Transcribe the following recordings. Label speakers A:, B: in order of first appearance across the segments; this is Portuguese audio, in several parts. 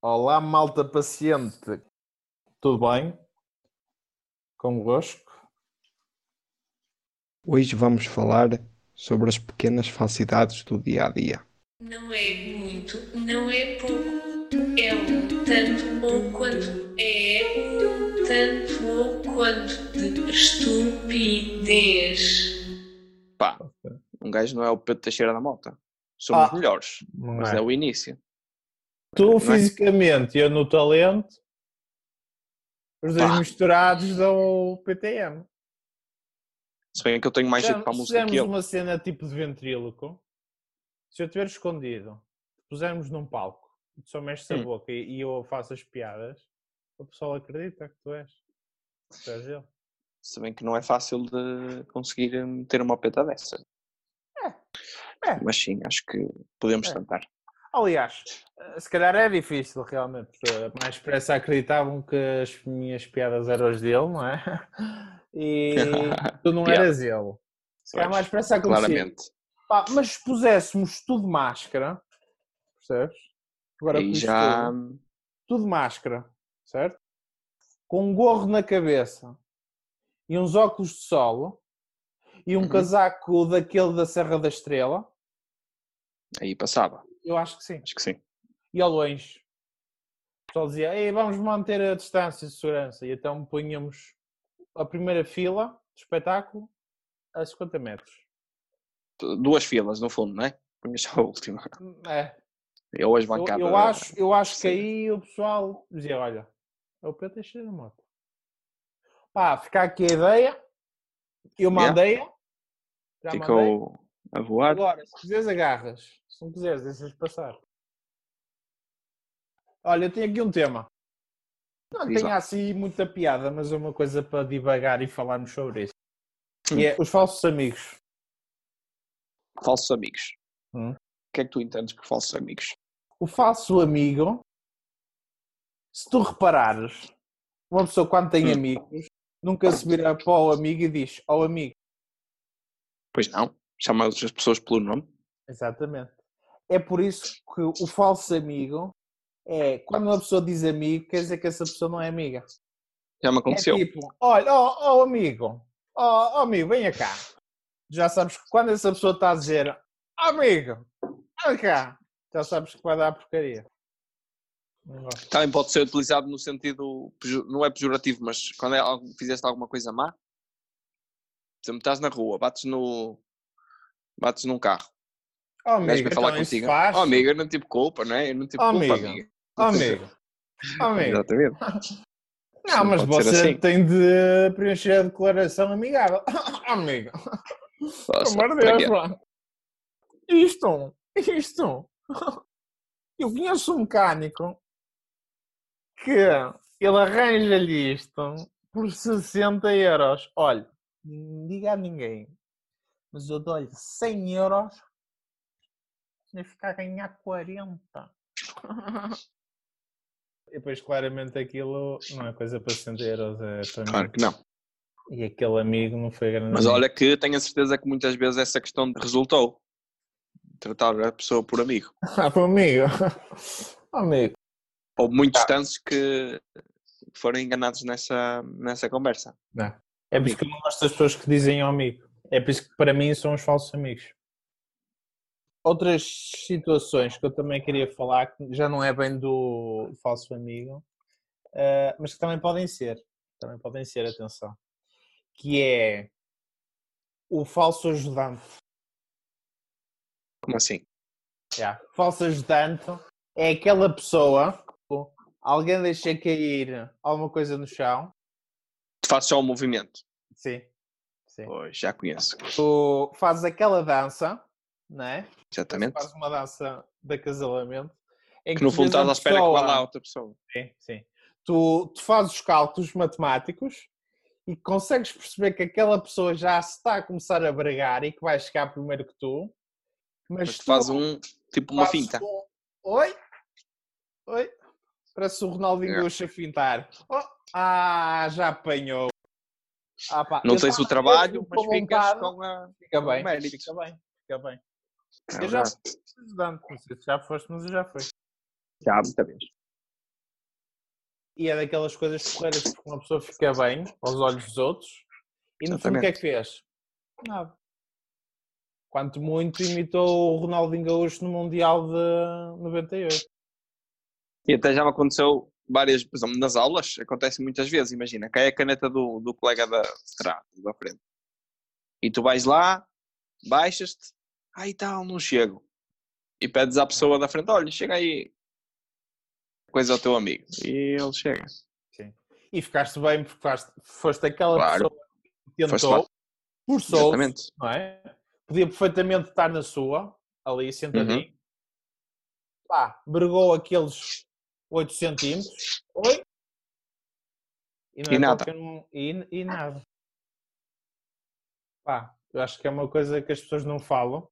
A: Olá, malta paciente. Tudo bem? Convosco?
B: Hoje vamos falar sobre as pequenas falsidades do dia a dia.
C: Não é muito, não é pouco, é um tanto ou quanto, é um tanto ou quanto de estupidez.
D: Pá, um gajo não é o Pedro Teixeira da Mota. Somos
A: Ah.
D: melhores, mas é. o é? início.
A: Tu fisicamente e eu no talento, os dois
D: Pá.
A: misturados dão o PTM.
D: Se bem que eu tenho mais jeito
A: Fizemos-
D: para a música
A: fizermos
D: que ele.
A: uma cena tipo de ventríloco, se eu tiver escondido, pusermos num palco, tu só mexes a
D: Hum.
A: boca e, e eu faço as piadas, o pessoal acredita que tu és. Tu és ele. um-
D: Se bem que não é fácil de conseguir hum, ter uma peta dessa.
A: É.
D: Mas sim, acho que podemos
A: É.
D: tentar.
A: Aliás, eh, se calhar é difícil realmente. porque Mais depressa acreditavam que as minhas piadas eram as dele, não é? E tu não
D: Piada.
A: eras ele. Se calhar é
D: Pois,
A: mais depressa acontecia.
D: Claramente.
A: Pá, mas se puséssemos tudo máscara, percebes? Agora com
D: E
A: isto
D: já.
A: tudo, tudo máscara, certo? Com um gorro na cabeça e uns óculos de sol e um
D: Uhum.
A: casaco daquele da Serra da Estrela,
D: Aí passava.
A: eu acho que sim.
D: Acho que sim.
A: e ao longe. O pessoal dizia, Ei, vamos manter a distância de segurança. E então punhamos a primeira fila do espetáculo a 50 metros.
D: Tu- Duas filas, no fundo, não é? Conheço a última.
A: É,
D: Eu as
A: eu,
D: bancada.
A: eu acho, eu acho que
D: sim.
A: aí o pessoal dizia, olha, é o Pedro Teixeira da moto. Pá, fica aqui a ideia. Eu
D: Yeah.
A: mandei. Já mandei.
D: Ficou a voar.
A: Agora, se quiseres, agarras. Se não quiseres, deixas passar. Olha, eu tenho aqui um tema. Não
D: Diz
A: tenho
D: lá.
A: assim muita piada, mas é uma coisa para divagar e falarmos sobre isso.
D: Hum.
A: E é os falsos amigos.
D: Falsos amigos.
A: Hum.
D: O que é que tu entendes por falsos amigos?
A: O falso amigo, se tu reparares, uma pessoa quando tem
D: Hum.
A: amigos, nunca se vira para o amigo e diz ao amigo.
D: Pois não. Chama as pessoas pelo nome.
A: Exatamente. É por isso que o falso amigo é quando uma pessoa diz amigo, quer dizer que essa pessoa não é amiga.
D: Já me aconteceu.
A: É tipo, olha, ó ó, amigo, ó ó, amigo, venha cá. Já sabes que quando essa pessoa está a dizer, "Ó, amigo, venha cá, já sabes que vai dar porcaria. Não gosto.
D: Também pode ser utilizado no sentido, pejo- não é pejorativo, mas quando é algo, fizeste alguma coisa má, por exemplo, estás na rua, bates no. bates num carro,
A: Ó
D: o
A: amigo,
D: gajo vai
A: então
D: falar
A: isso
D: contigo.
A: faz.
D: Oh amigo, eu não tive culpa, não é? Eu não tive
A: Oh,
D: culpa,
A: amigo.
D: amiga.
A: Ó, amigo, ó, amigo.
D: Exatamente.
A: Não, mas
D: pode ser
A: você
D: assim.
A: tem de preencher a declaração amigável. Ó, amigo,
D: Nossa,
A: pelo amor de
D: para
A: Deus,
D: quê?
A: pá. Isto, isto. Eu conheço um mecânico que ele arranja-lhe isto por 60 euros. Olha, não diga a ninguém, mas eu dou-lhe 100 euros e ficar a ganhar 40. E depois, claramente, aquilo não é coisa para 60 euros. É para
D: Claro que não.
A: E aquele amigo não foi grande.
D: Mas olha que tenho a certeza que muitas vezes essa questão resultou. Tratar a pessoa por amigo.
A: Ah, para amigo. amigo.
D: Houve
A: Tá.
D: muitos tantos que foram enganados nessa, nessa conversa.
A: É por isso que eu não gosto das pessoas que dizem ao amigo. É por isso que para mim são os falsos amigos. Outras situações que eu também queria falar, que já não é bem do falso amigo, eh, mas que também podem ser. Também podem ser, atenção. Que é o falso ajudante.
D: Como assim?
A: Yeah. Falso ajudante é aquela pessoa. tipo, Alguém deixa cair alguma coisa no chão.
D: Tu fazes só o movimento.
A: Sim. Sim.
D: Pois, já conheço.
A: Tu fazes aquela dança, não é?
D: Exatamente.
A: Fazes uma dança de acasalamento. Em
D: Que no
A: tu
D: fundo
A: vês a
D: estás à espera que vá
A: pessoa-
D: lá outra pessoa.
A: Sim, sim. Tu, tu fazes os cálculos matemáticos e consegues perceber que aquela pessoa já se está a começar a bregar e que vai chegar primeiro que tu. Mas,
D: Mas tu
A: tu
D: fazes um, tipo uma
A: fazes
D: finta.
A: um- Oi? Oi? Parece o Ronaldinho
D: Yeah.
A: Gaúcho a fintar. Oh, Ah, já apanhou. Ah, pá,
D: Não
A: eu
D: tens o
A: tava-
D: trabalho,
A: eu
D: mas
A: com
D: ficas
A: vontade.
D: com a.
A: um Fica
D: com
A: bem,
D: mérito.
A: fica bem, fica bem.
D: É
A: eu já
D: verdade.
A: fui ajudante, não sei se já foste, mas eu já fui.
D: Já, muita vez.
A: e é daquelas coisas porreiras porque uma pessoa fica bem aos olhos dos outros e no fundo o que é que fez? Nada. Quanto muito imitou o Ronaldinho Gaúcho no Mundial de 98.
D: E até já me aconteceu várias, por exemplo, nas aulas, acontece muitas vezes, imagina, cai a caneta do, do colega da estrada, da frente. E tu vais lá, baixas-te, ai tal, não chego. E pedes à pessoa da frente, olha, chega aí coisa ao teu amigo. E ele chega.
A: E ficaste bem porque foste, foste aquela
D: Claro.
A: pessoa que
D: Foste lá.
A: tentou, forçou,
D: Exatamente.
A: não é? Podia perfeitamente estar na sua, ali sentadinho.
D: Uhum.
A: Pá, bregou aqueles 8 centímetros. Oi? não
D: E
A: é
D: nada.
A: qualquer um- e, e nada. Pá, eu acho que é uma coisa que as pessoas não falam.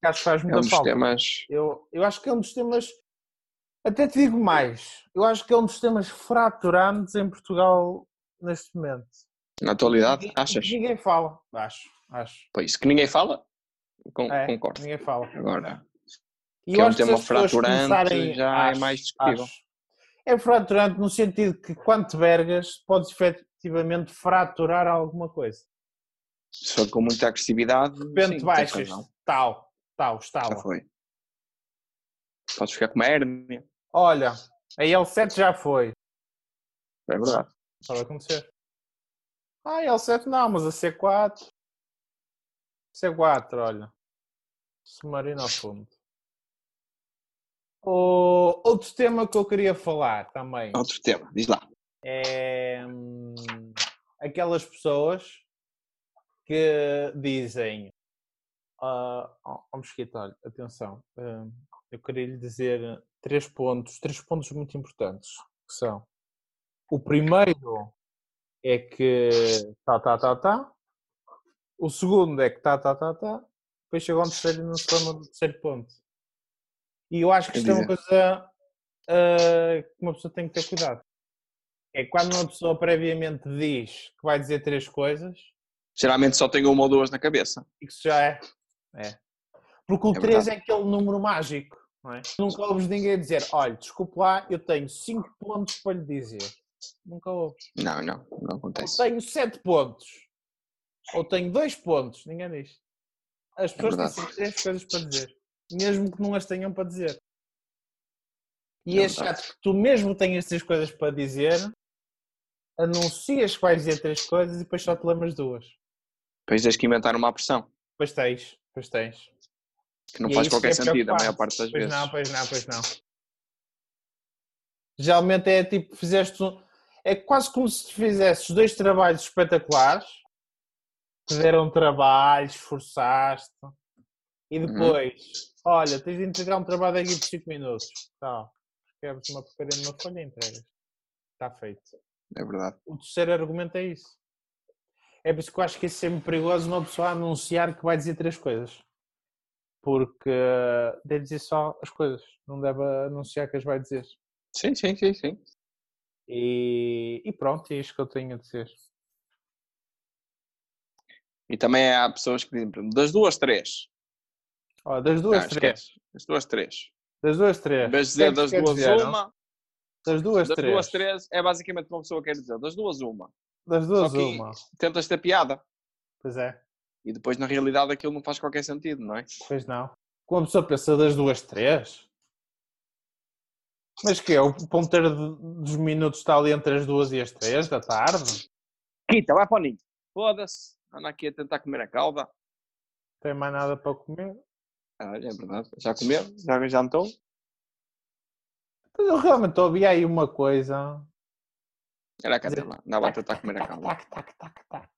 A: que Acho que faz
D: É um
A: muita
D: dos
A: falta.
D: temas.
A: Eu, eu acho que é um dos temas. Até te digo mais. Eu acho que é um dos temas fraturantes em Portugal neste momento.
D: Na atualidade,
A: Ninguém-
D: achas?
A: Ninguém fala. Acho, acho.
D: Pois, que ninguém fala? Com-
A: É,
D: Concordo.
A: Ninguém fala.
D: Agora,
A: E
D: Que
A: eu
D: é um
A: acho que se
D: tema
A: as pessoas
D: fraturante,
A: começarem-
D: já é mais discutível.
A: acho. É fraturante no sentido que quando te vergas, podes efetivamente fraturar alguma coisa.
D: só com muita agressividade.
A: De repente
D: sim,
A: baixas,
D: tens razão.
A: tal, tal,
D: Já
A: estala.
D: foi. Podes ficar com uma hérnia.
A: Olha, a L7 já foi.
D: É verdade.
A: Só vai acontecer. Ah, L7 não, mas a C4. C4, olha. Submarino ao fundo. O- Outro tema que eu queria falar também.
D: É Outro tema, diz lá.
A: é hum, aquelas pessoas que dizem ah, ao ao mosquito, olha, atenção, hum, eu queria lhe dizer três pontos, três pontos muito importantes, que são o primeiro é que tá, tá, tá, tá, o segundo é que tá, tá, tá, tá, depois chega ao terceiro e não se lembra do terceiro ponto. E eu acho que
D: Quer
A: isto é uma coisa ah, que uma pessoa tem que ter cuidado. É quando uma pessoa previamente diz que vai dizer três coisas
D: Geralmente só tenho uma ou duas na cabeça.
A: e que isso já é. É. Porque o
D: É
A: três é aquele número mágico, não é? Nunca ouves ninguém dizer, olha, desculpe lá, eu tenho cinco pontos para lhe dizer. Nunca ouves.
D: Não, não, não
A: Ou
D: acontece.
A: tenho sete pontos. Ou tenho dois pontos. Ninguém diz. As pessoas têm
D: verdade.
A: sempre três coisas para dizer. Mesmo que não as tenham para dizer. E
D: É
A: é chato que tu mesmo tenhas três coisas para dizer, anuncias que vais dizer três coisas e depois só te lembras duas.
D: Depois tens que inventar uma pressão,
A: Pois tens, pois tens.
D: que não
A: E é
D: faz
A: isso que
D: qualquer
A: é
D: sentido a
A: preocupante.
D: maior parte das
A: Pois
D: vezes.
A: não, pois não, pois não. Geralmente é tipo, fizeste um. É quase como se fizesses dois trabalhos espetaculares, te deram trabalho, esforçaste, e
D: Uhum.
A: depois, olha, tens de entregar um trabalho aqui por 5 minutos. Tal. Escreves uma porcaria numa folha e entregas. Está feito.
D: É verdade.
A: O terceiro argumento é isso. É por isso que eu acho que é sempre perigoso uma pessoa anunciar que vai dizer três coisas. Porque eh, deve dizer só as coisas, não deve anunciar que as vai dizer.
D: Sim, sim, sim, sim.
A: E, e pronto, é isto que eu tenho a dizer.
D: E também há pessoas que dizem, por exemplo, das duas, três.
A: Ó, das duas,
D: Não,
A: três.
D: esquece. Das duas, três.
A: Das duas, três.
D: Em vez de
A: O que é
D: dizer
A: que
D: das
A: quer
D: duas,
A: dizer, não?
D: uma,
A: Das duas,
D: das
A: três.
D: duas, três, é basicamente uma pessoa quer dizer, das duas, uma.
A: Das duas,
D: Só que-
A: uma.
D: Tentas ter piada.
A: Pois é,
D: E depois, na realidade, aquilo não faz qualquer sentido, não é?
A: pois não. Quando a pessoa pensa das duas, três. Mas que é? O ponteiro de- dos minutos está ali entre as duas e as três da tarde?
D: Quita, vai para o ninho. Foda-se. Anda aqui a tentar comer a cauda.
A: tem mais nada para comer.
D: Olha, é verdade. Já comeu? Já jantou?
A: Mas eu realmente ouvi aí uma coisa.
D: Era a cadela. Andava a tentar comer a cauda.
A: Tac, tac, tac, tac.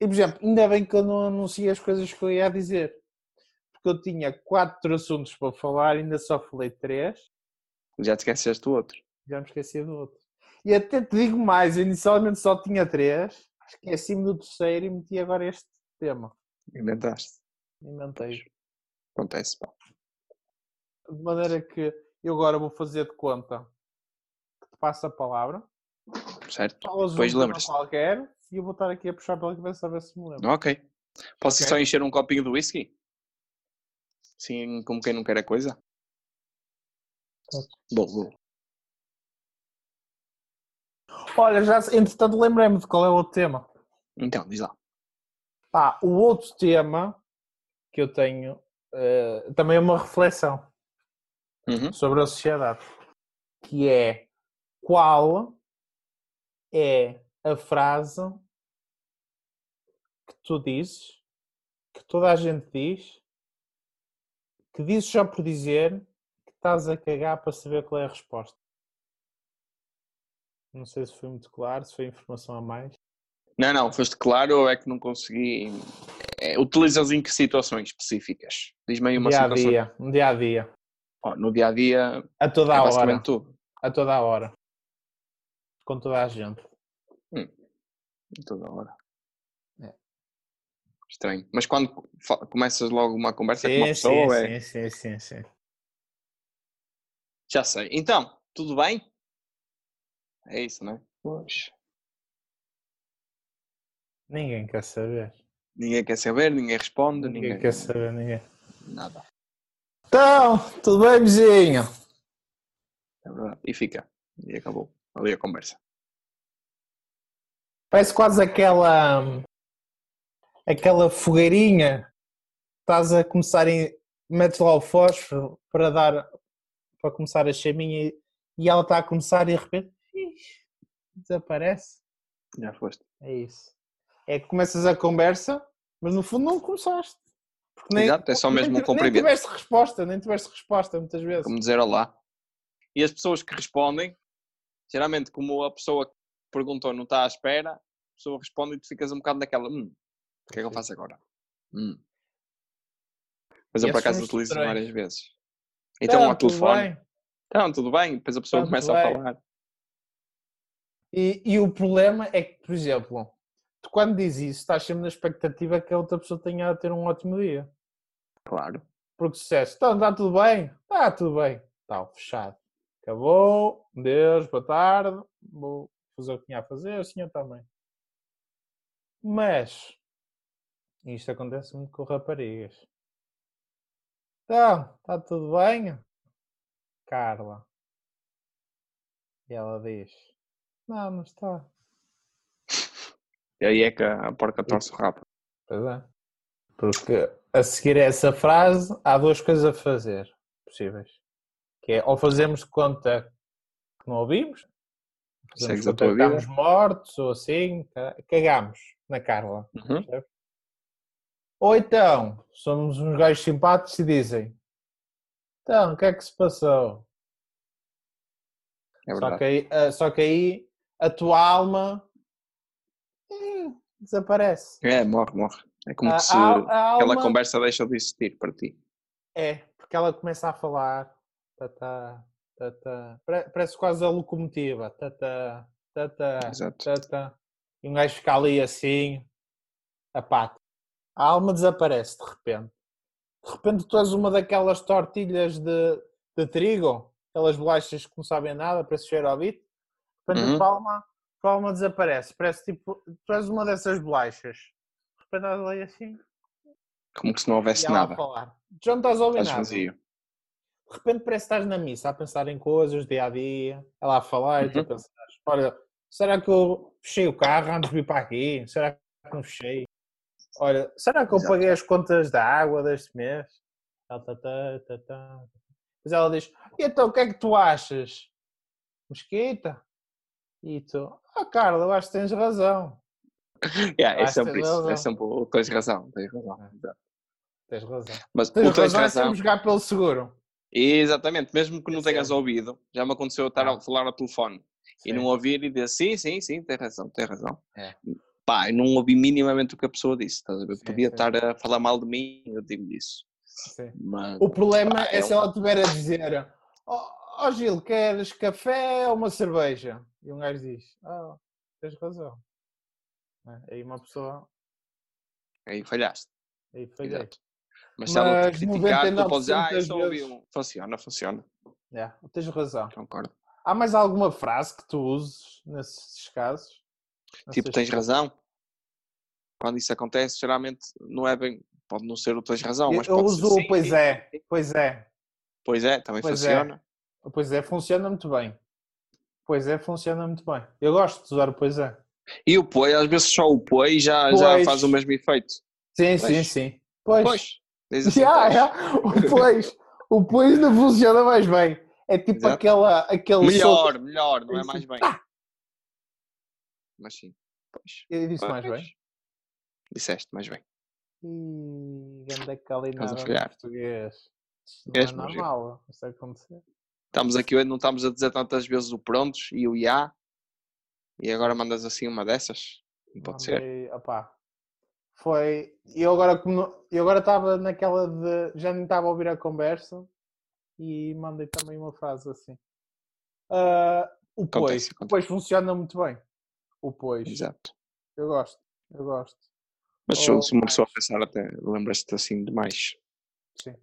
A: E por exemplo, ainda bem que eu não anunciei as coisas que eu ia dizer. Porque eu tinha quatro assuntos para falar, ainda só falei três,
D: Já te esqueceste do outro.
A: já me esqueci do outro. E até te digo mais, eu inicialmente só tinha três, esqueci-me do terceiro e meti agora este tema.
D: Inventaste.
A: Inventei.
D: Acontece, pá.
A: De maneira que eu agora vou fazer de conta que te passo a palavra.
D: Certo?
A: Falas
D: Depois
A: um tema
D: lembras-te.
A: qualquer e eu vou estar aqui a puxar pela cabeça a ver se me lembro.
D: Ok. Posso
A: Ok.
D: só encher um copinho de whisky? Sim, como quem não quer a coisa?
A: Tá.
D: Bom, bom.
A: Olha, já entretanto lembrei-me de qual é o outro tema.
D: Então, diz lá.
A: Pá, o outro tema que eu tenho eh, também é uma reflexão
D: Uhum.
A: sobre a sociedade, que é qual é a frase que tu dizes, que toda a gente diz, que dizes só por dizer que estás a cagar para saber qual é a resposta. Não sei se foi muito claro, se foi informação a mais.
D: Não, não, foste claro ou é que não consegui. É, utilizas em que situações específicas? Diz-me aí uma
A: dia a
D: situação.
A: dia, um dia a dia,
D: Oh, no dia a dia,
A: a toda
D: é
A: a hora.
D: basicamente tudo.
A: A toda a hora. Com toda a gente.
D: Toda a hora.
A: É.
D: Estranho. Mas quando fa- começas logo uma conversa com uma pessoa, é.
A: sim, sim, sim.
D: Já sei. Então, tudo bem? É isso, não é? Pois.
A: Ninguém quer saber.
D: Ninguém quer saber, ninguém responde,
A: Ninguém,
D: ninguém.
A: quer saber, ninguém.
D: Nada.
A: Então, tudo bem, vizinho?
D: É verdade. E fica. E acabou. Ali a conversa.
A: Parece quase aquela. hum, aquela fogueirinha. Estás a começar em. metes lá o fósforo para dar. para começar a chaminha e, e ela está a começar e de repente. ixi, desaparece.
D: Já foste.
A: É isso. É que começas a conversa, mas no fundo não começaste. Porque nem,
D: Exato, é só mesmo um
A: nem, nem
D: cumprimento.
A: tiveste resposta, nem tiveste resposta muitas vezes.
D: Como dizer olá. E as pessoas que respondem, geralmente, como a pessoa que perguntou não está à espera, a pessoa responde e tu ficas um bocado naquela. Hum, o que é que eu faço agora? Hum. Mas eu,
A: E esses
D: por
A: são
D: acaso,
A: os
D: utilizo
A: tutorões.
D: várias vezes. Então, ao
A: Tá tudo
D: telefone.
A: bem.
D: Então, tudo bem? Depois a pessoa
A: Então,
D: começa
A: tudo
D: a
A: bem.
D: falar.
A: E, e o problema é que, por exemplo, tu quando dizes isso, estás sempre na expectativa que a outra pessoa tenha a ter um ótimo dia.
D: Claro.
A: Porque se disseste, então está tudo bem? Está tudo bem. Tal, fechado. Acabou. Deus, boa tarde. Vou fazer o que tinha a fazer, o senhor também. Mas, isto acontece muito com raparigas. Então, está tudo bem? Carla. E ela diz, não, não está.
D: E aí é que a porca torce o rabo.
A: Pois é. Porque a seguir a essa frase há duas coisas a fazer possíveis. Que é ou fazemos de conta que não ouvimos, fazemos um
D: Segues
A: de
D: a
A: conta
D: tua
A: que estamos
D: vida.
A: mortos ou assim, ca- cagamos na Carla.
D: Uhum.
A: Ou então somos uns gajos simpáticos e dizem Então, o que é que se passou?
D: É
A: só,
D: verdade.
A: que aí, ah, só que aí a tua alma eh, desaparece.
D: É, morre, morre. É como
A: A-
D: que se
A: a-
D: aquela
A: a alma-
D: conversa deixa de existir para ti.
A: É, porque ela começa a falar. tá, Tatá, tatá. tá, Pare- Parece quase a locomotiva. tá, Tatá, tatá,
D: Exato.
A: tatá. tá, E um gajo fica ali assim, apático. A alma desaparece de repente. De repente tu és uma daquelas tortilhas de, de trigo, aquelas bolachas que não sabem nada, parece cheiro ao bit. De repente
D: Uhum.
A: a, tua alma, a tua alma desaparece. Parece tipo, tu és uma dessas bolachas. De repente estás ali assim
D: Como que se não
A: e
D: houvesse
A: ela a
D: nada.
A: falar. Já não estás a ouvir
D: Estás
A: nada.
D: vazio.
A: De repente parece que estás na missa a pensar em coisas, dia a dia, ela a falar e tu a
D: Uhum.
A: pensar, olha, será que eu fechei o carro antes de vir para aqui? Será que não fechei? Olha, será que eu
D: Exato.
A: paguei as contas da água deste mês? Tal, tal, tal, tal, tal. Mas ela diz, e então o que é que tu achas? Mosquita? E tu, ah Carla, eu acho que tens razão.
D: Yeah, é
A: Acho que
D: sempre
A: tens
D: isso.
A: razão.
D: É sempre o tens razão. Tens razão. Exato.
A: Tens razão.
D: Mas
A: Tens
D: o tens
A: razão, é
D: razão.
A: sempre jogar pelo seguro.
D: Exatamente. Mesmo que não
A: Esse é.
D: tenhas ouvido, já me aconteceu eu estar
A: Ah.
D: a falar ao telefone e
A: Sim.
D: não ouvir e dizer sim, sim, sim, tens razão, tens razão.
A: É.
D: Pá, eu não ouvi minimamente o que a pessoa disse. Estás a ver?
A: Sim,
D: Podia
A: sim.
D: estar a falar mal de mim, eu digo isso.
A: Sim.
D: Mas
A: O problema
D: Ah,
A: é
D: eu-
A: se ela estiver a dizer: Ó ó, Gil, queres café ou uma cerveja? E um gajo diz: Ah, tens razão. Né? Aí uma pessoa.
D: aí falhaste.
A: Aí falhei.
D: Exato. Mas se ela
A: Mas
D: te criticar, tu podes dizer,
A: 99%
D: ah, eu
A: das
D: só ouvi
A: vezes-
D: um. Funciona, funciona.
A: É, tens razão.
D: Concordo.
A: Há mais alguma frase que tu uses nesses casos?
D: tipo,
A: Nessas-
D: tens razão. Quando isso acontece, geralmente não é bem. Pode não ser o tens razão,
A: Eu,
D: mas
A: eu
D: pode ser.
A: uso, o
D: sim,
A: pois
D: sim,
A: é,
D: sim.
A: pois é,
D: Pois é, também
A: Pois é.
D: funciona.
A: pois é, funciona muito bem. Pois é, funciona muito bem. Eu gosto de usar o pois é.
D: E o poi, às vezes só o poi já, já
A: Pois.
D: faz o mesmo efeito.
A: Sim,
D: Pois.
A: sim, sim. Pois.
D: Pois. Diz assim,
A: Já,
D: pois.
A: já. O pois. O pois não funciona mais bem. É tipo
D: Exato.
A: aquela, aquele soco.
D: Melhor, melhor, não é mais bem. Mas sim. Pois.
A: Eu disse mais
D: Pois.
A: bem.
D: Disseste mais bem.
A: Ih, ganda
D: Estás a
A: calinada no
D: falhar.
A: português. Isto não é
D: És, meu Gil.
A: normal. Isto acontecer.
D: Estamos aqui, não estamos a dizer tantas vezes o prontos e o já. E agora mandas assim uma dessas? Não pode ser.
A: Mandei- opá. Foi. Eu agora como não- eu agora estava naquela de. Já nem estava a ouvir a conversa e mandei também uma frase assim. Ah, o pois.
D: Acontece,
A: O pois funciona muito bem. O pois.
D: Exato.
A: Eu gosto. Eu gosto.
D: Mas
A: Ou
D: se- se uma pessoa
A: mais.
D: pensar até, lembras-te assim de mais. Ah,
A: Sim.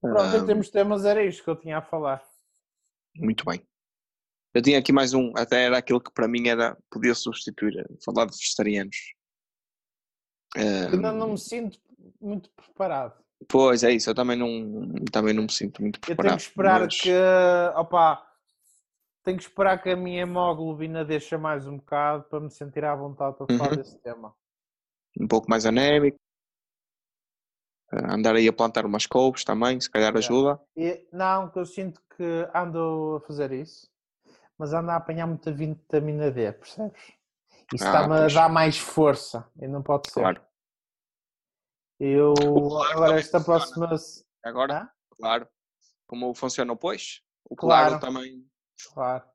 A: Pronto, em termos de temas era isto que eu tinha a falar.
D: Muito bem. Eu tinha aqui mais um, até era aquilo que para mim era, podia substituir, eh, falar de vegetarianos.
A: Eu não,
D: Ahm,
A: não me sinto muito preparado.
D: Pois é isso, eu também não, também não me sinto muito
A: Eu
D: preparado.
A: tenho que esperar
D: mas-
A: que. Opá. Tenho que esperar que a minha hemoglobina deixa mais um bocado para me sentir à vontade para falar
D: Uhum.
A: desse tema.
D: Um pouco mais anémico. Ah, Andar aí a plantar umas couves também, se calhar ajuda.
A: E- não, que eu sinto que ando a fazer isso, mas ando a apanhar muita vitamina D, percebes? Isso
D: Ah,
A: está-me a
D: pois.
A: dar mais força e não pode ser.
D: Claro.
A: Eu
D: claro
A: agora
D: também
A: esta
D: funciona.
A: próxima. se-
D: Agora,
A: Hã?
D: claro. Como funciona o pois? O
A: Claro.
D: claro, também.
A: Claro.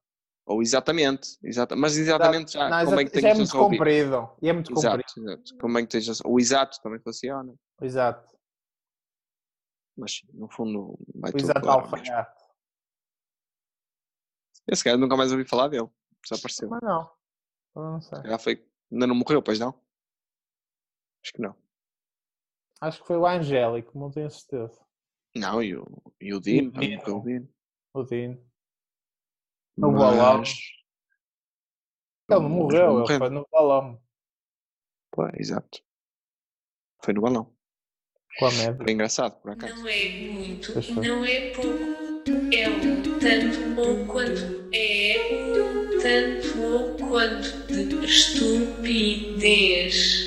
D: Ou exatamente. Exata, mas exatamente já.
A: Não,
D: como é
A: exa-
D: que
A: já é
D: tens de
A: muito
D: resolver?
A: comprido. E é muito
D: Exato,
A: comprido.
D: exato. Como é que tens de- O exato também funciona.
A: O exato.
D: Mas sim, no fundo vai
A: O
D: tudo
A: exato
D: para lá mesmo.
A: alfaiate.
D: Esse cara nunca mais ouvi falar dele. Desapareceu.
A: Mas não. Eu não sei.
D: Já foi. Ainda não morreu, pois não? Acho que não.
A: Acho que foi o Angélico, não tenho certeza.
D: Não, e o, e o Dino,
A: o
D: também
A: Dino.
D: morreu o Dino.
A: O Dino. O Balão. Ele não morreu, ele foi no balão.
D: Pô, exato. Foi no balão.
A: Com a média.
D: Foi engraçado, por acaso.
C: Não é muito,
A: Pois foi.
C: não é pouco, é um tanto ou quanto, é um tanto ou quanto de estupidez.